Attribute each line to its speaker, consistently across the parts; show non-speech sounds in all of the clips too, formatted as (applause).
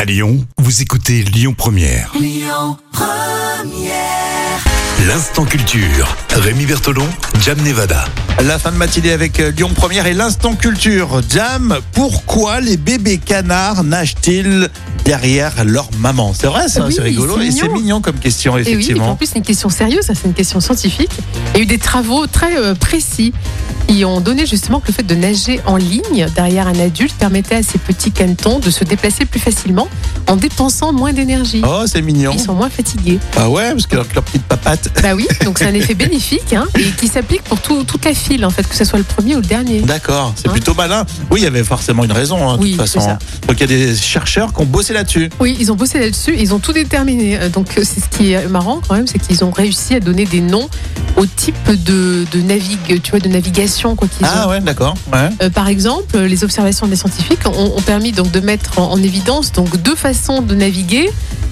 Speaker 1: À Lyon, vous écoutez Lyon Première. Lyon Première. L'instant culture. Rémi Bertolon, Jam Nevada.
Speaker 2: La fin de matinée avec euh, Lyon Première et l'instant culture. Jam, pourquoi les bébés canards nagent-ils derrière leur maman C'est vrai, ça,
Speaker 3: Oui,
Speaker 2: c'est rigolo
Speaker 3: c'est
Speaker 2: et c'est
Speaker 3: mignon.
Speaker 2: mignon comme question,
Speaker 3: Et oui, et puis en
Speaker 2: effectivement.
Speaker 3: plus, c'est une question sérieuse, ça, c'est une question scientifique. Il y a eu des travaux très euh, précis qui ont donné justement que le fait de nager en ligne derrière un adulte permettait à ces petits canetons de se déplacer plus facilement en dépensant moins d'énergie.
Speaker 2: Oh, c'est mignon.
Speaker 3: Ils sont moins fatigués.
Speaker 2: Ah ouais, parce que leur, leur petite papate.
Speaker 3: Bah oui, donc c'est
Speaker 2: (laughs)
Speaker 3: un effet bénéfique hein, et qui s'applique pour tout- toute la file en fait, que ce soit le premier ou le dernier.
Speaker 2: D'accord, c'est
Speaker 3: Hein
Speaker 2: plutôt malin. Oui, il y avait forcément une raison, hein, de
Speaker 3: Oui,
Speaker 2: toute
Speaker 3: c'est
Speaker 2: façon.
Speaker 3: ça.
Speaker 2: Donc il y a des chercheurs qui ont bossé là-dessus.
Speaker 3: Oui, ils ont bossé là-dessus, ils ont tout déterminé. Euh, Donc euh, c'est ce qui est marrant quand même, c'est qu'ils ont réussi à donner des noms au type de, de navigue, tu vois, de navigation quoi qu'ils ont
Speaker 2: Ah ouais, d'accord. Ouais.
Speaker 3: Euh, par exemple, euh, les observations des scientifiques ont, ont permis donc de mettre en, en évidence donc deux façons de naviguer.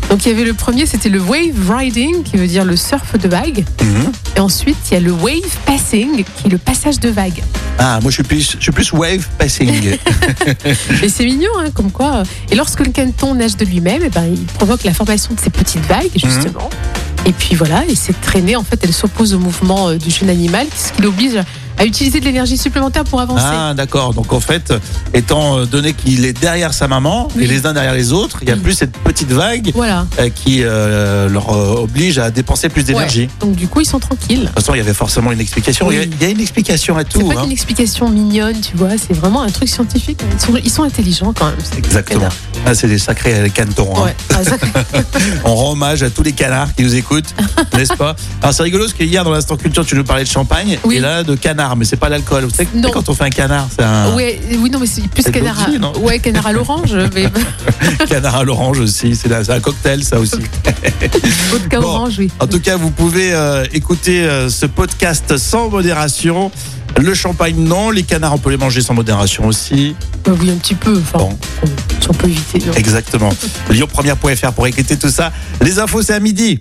Speaker 3: Donc il y avait le premier, c'était le wave riding, qui veut dire le surf de vague.
Speaker 2: Mhm.
Speaker 3: Et ensuite, il y a le wave passing, qui est le passage de vague.
Speaker 2: Ah, moi je suis plus, je suis plus wave
Speaker 3: (laughs)
Speaker 2: passing.
Speaker 3: Et c'est mignon, hein, comme quoi. euh, Et lorsque le caneton nage de lui-même, eh ben, il provoque la formation de ces petites vagues, justement. Et puis voilà, et cette traînée, en fait, elle s'oppose au mouvement euh, du jeune animal, ce qui l'oblige à utiliser de l'énergie supplémentaire pour avancer.
Speaker 2: Ah d'accord, donc en fait, étant euh, donné qu'il est derrière sa maman et
Speaker 3: Oui.
Speaker 2: les uns derrière les autres, il n'y a
Speaker 3: Oui.
Speaker 2: plus cette petite vague
Speaker 3: Voilà.
Speaker 2: euh, qui euh, leur euh, oblige à dépenser plus d'énergie. De
Speaker 3: Donc du coup, ils sont tranquilles.
Speaker 2: toute façon, il y avait forcément une explication.
Speaker 3: Oui.
Speaker 2: Il, y a, il y a une explication à
Speaker 3: C'est
Speaker 2: tout.
Speaker 3: pas
Speaker 2: hein.
Speaker 3: une explication mignonne, tu vois, c'est vraiment un truc scientifique. Ils sont, ils sont intelligents quand même. ces
Speaker 2: Exactement.
Speaker 3: canards.
Speaker 2: Ah, c'est des sacrés cantons. hein.
Speaker 3: Ouais.
Speaker 2: (laughs)
Speaker 3: Ah, ça-
Speaker 2: On rend hommage à tous les canards qui nous
Speaker 3: (laughs)
Speaker 2: écoutent, n'est-ce pas Alors c'est rigolo parce que hier dans l'instant culture, tu nous parlais de champagne
Speaker 3: Oui.
Speaker 2: et là de canard, mais c'est pas l'alcool. Vous savez que
Speaker 3: Non.
Speaker 2: quand on fait un canard, c'est un
Speaker 3: ouais, oui, non, mais c'est plus
Speaker 2: Ah. C'est
Speaker 3: canard
Speaker 2: Gaudi,
Speaker 3: à,
Speaker 2: non
Speaker 3: ouais, canard à l'orange,
Speaker 2: (laughs)
Speaker 3: mais
Speaker 2: (laughs) canard à l'orange aussi. C'est un c'est un cocktail, ça aussi.
Speaker 3: vodka
Speaker 2: Bon. Ah.
Speaker 3: orange, oui.
Speaker 2: En tout cas, vous pouvez euh, écouter euh, ce podcast sans modération. Le champagne, non. Les canards, on peut les manger sans modération aussi.
Speaker 3: Bah oui, un petit peu, enfin,
Speaker 2: Bon.
Speaker 3: si on peut éviter. non.
Speaker 2: Exactement. Lyonpremière.fr pour écouter tout ça. Les infos, c'est à midi.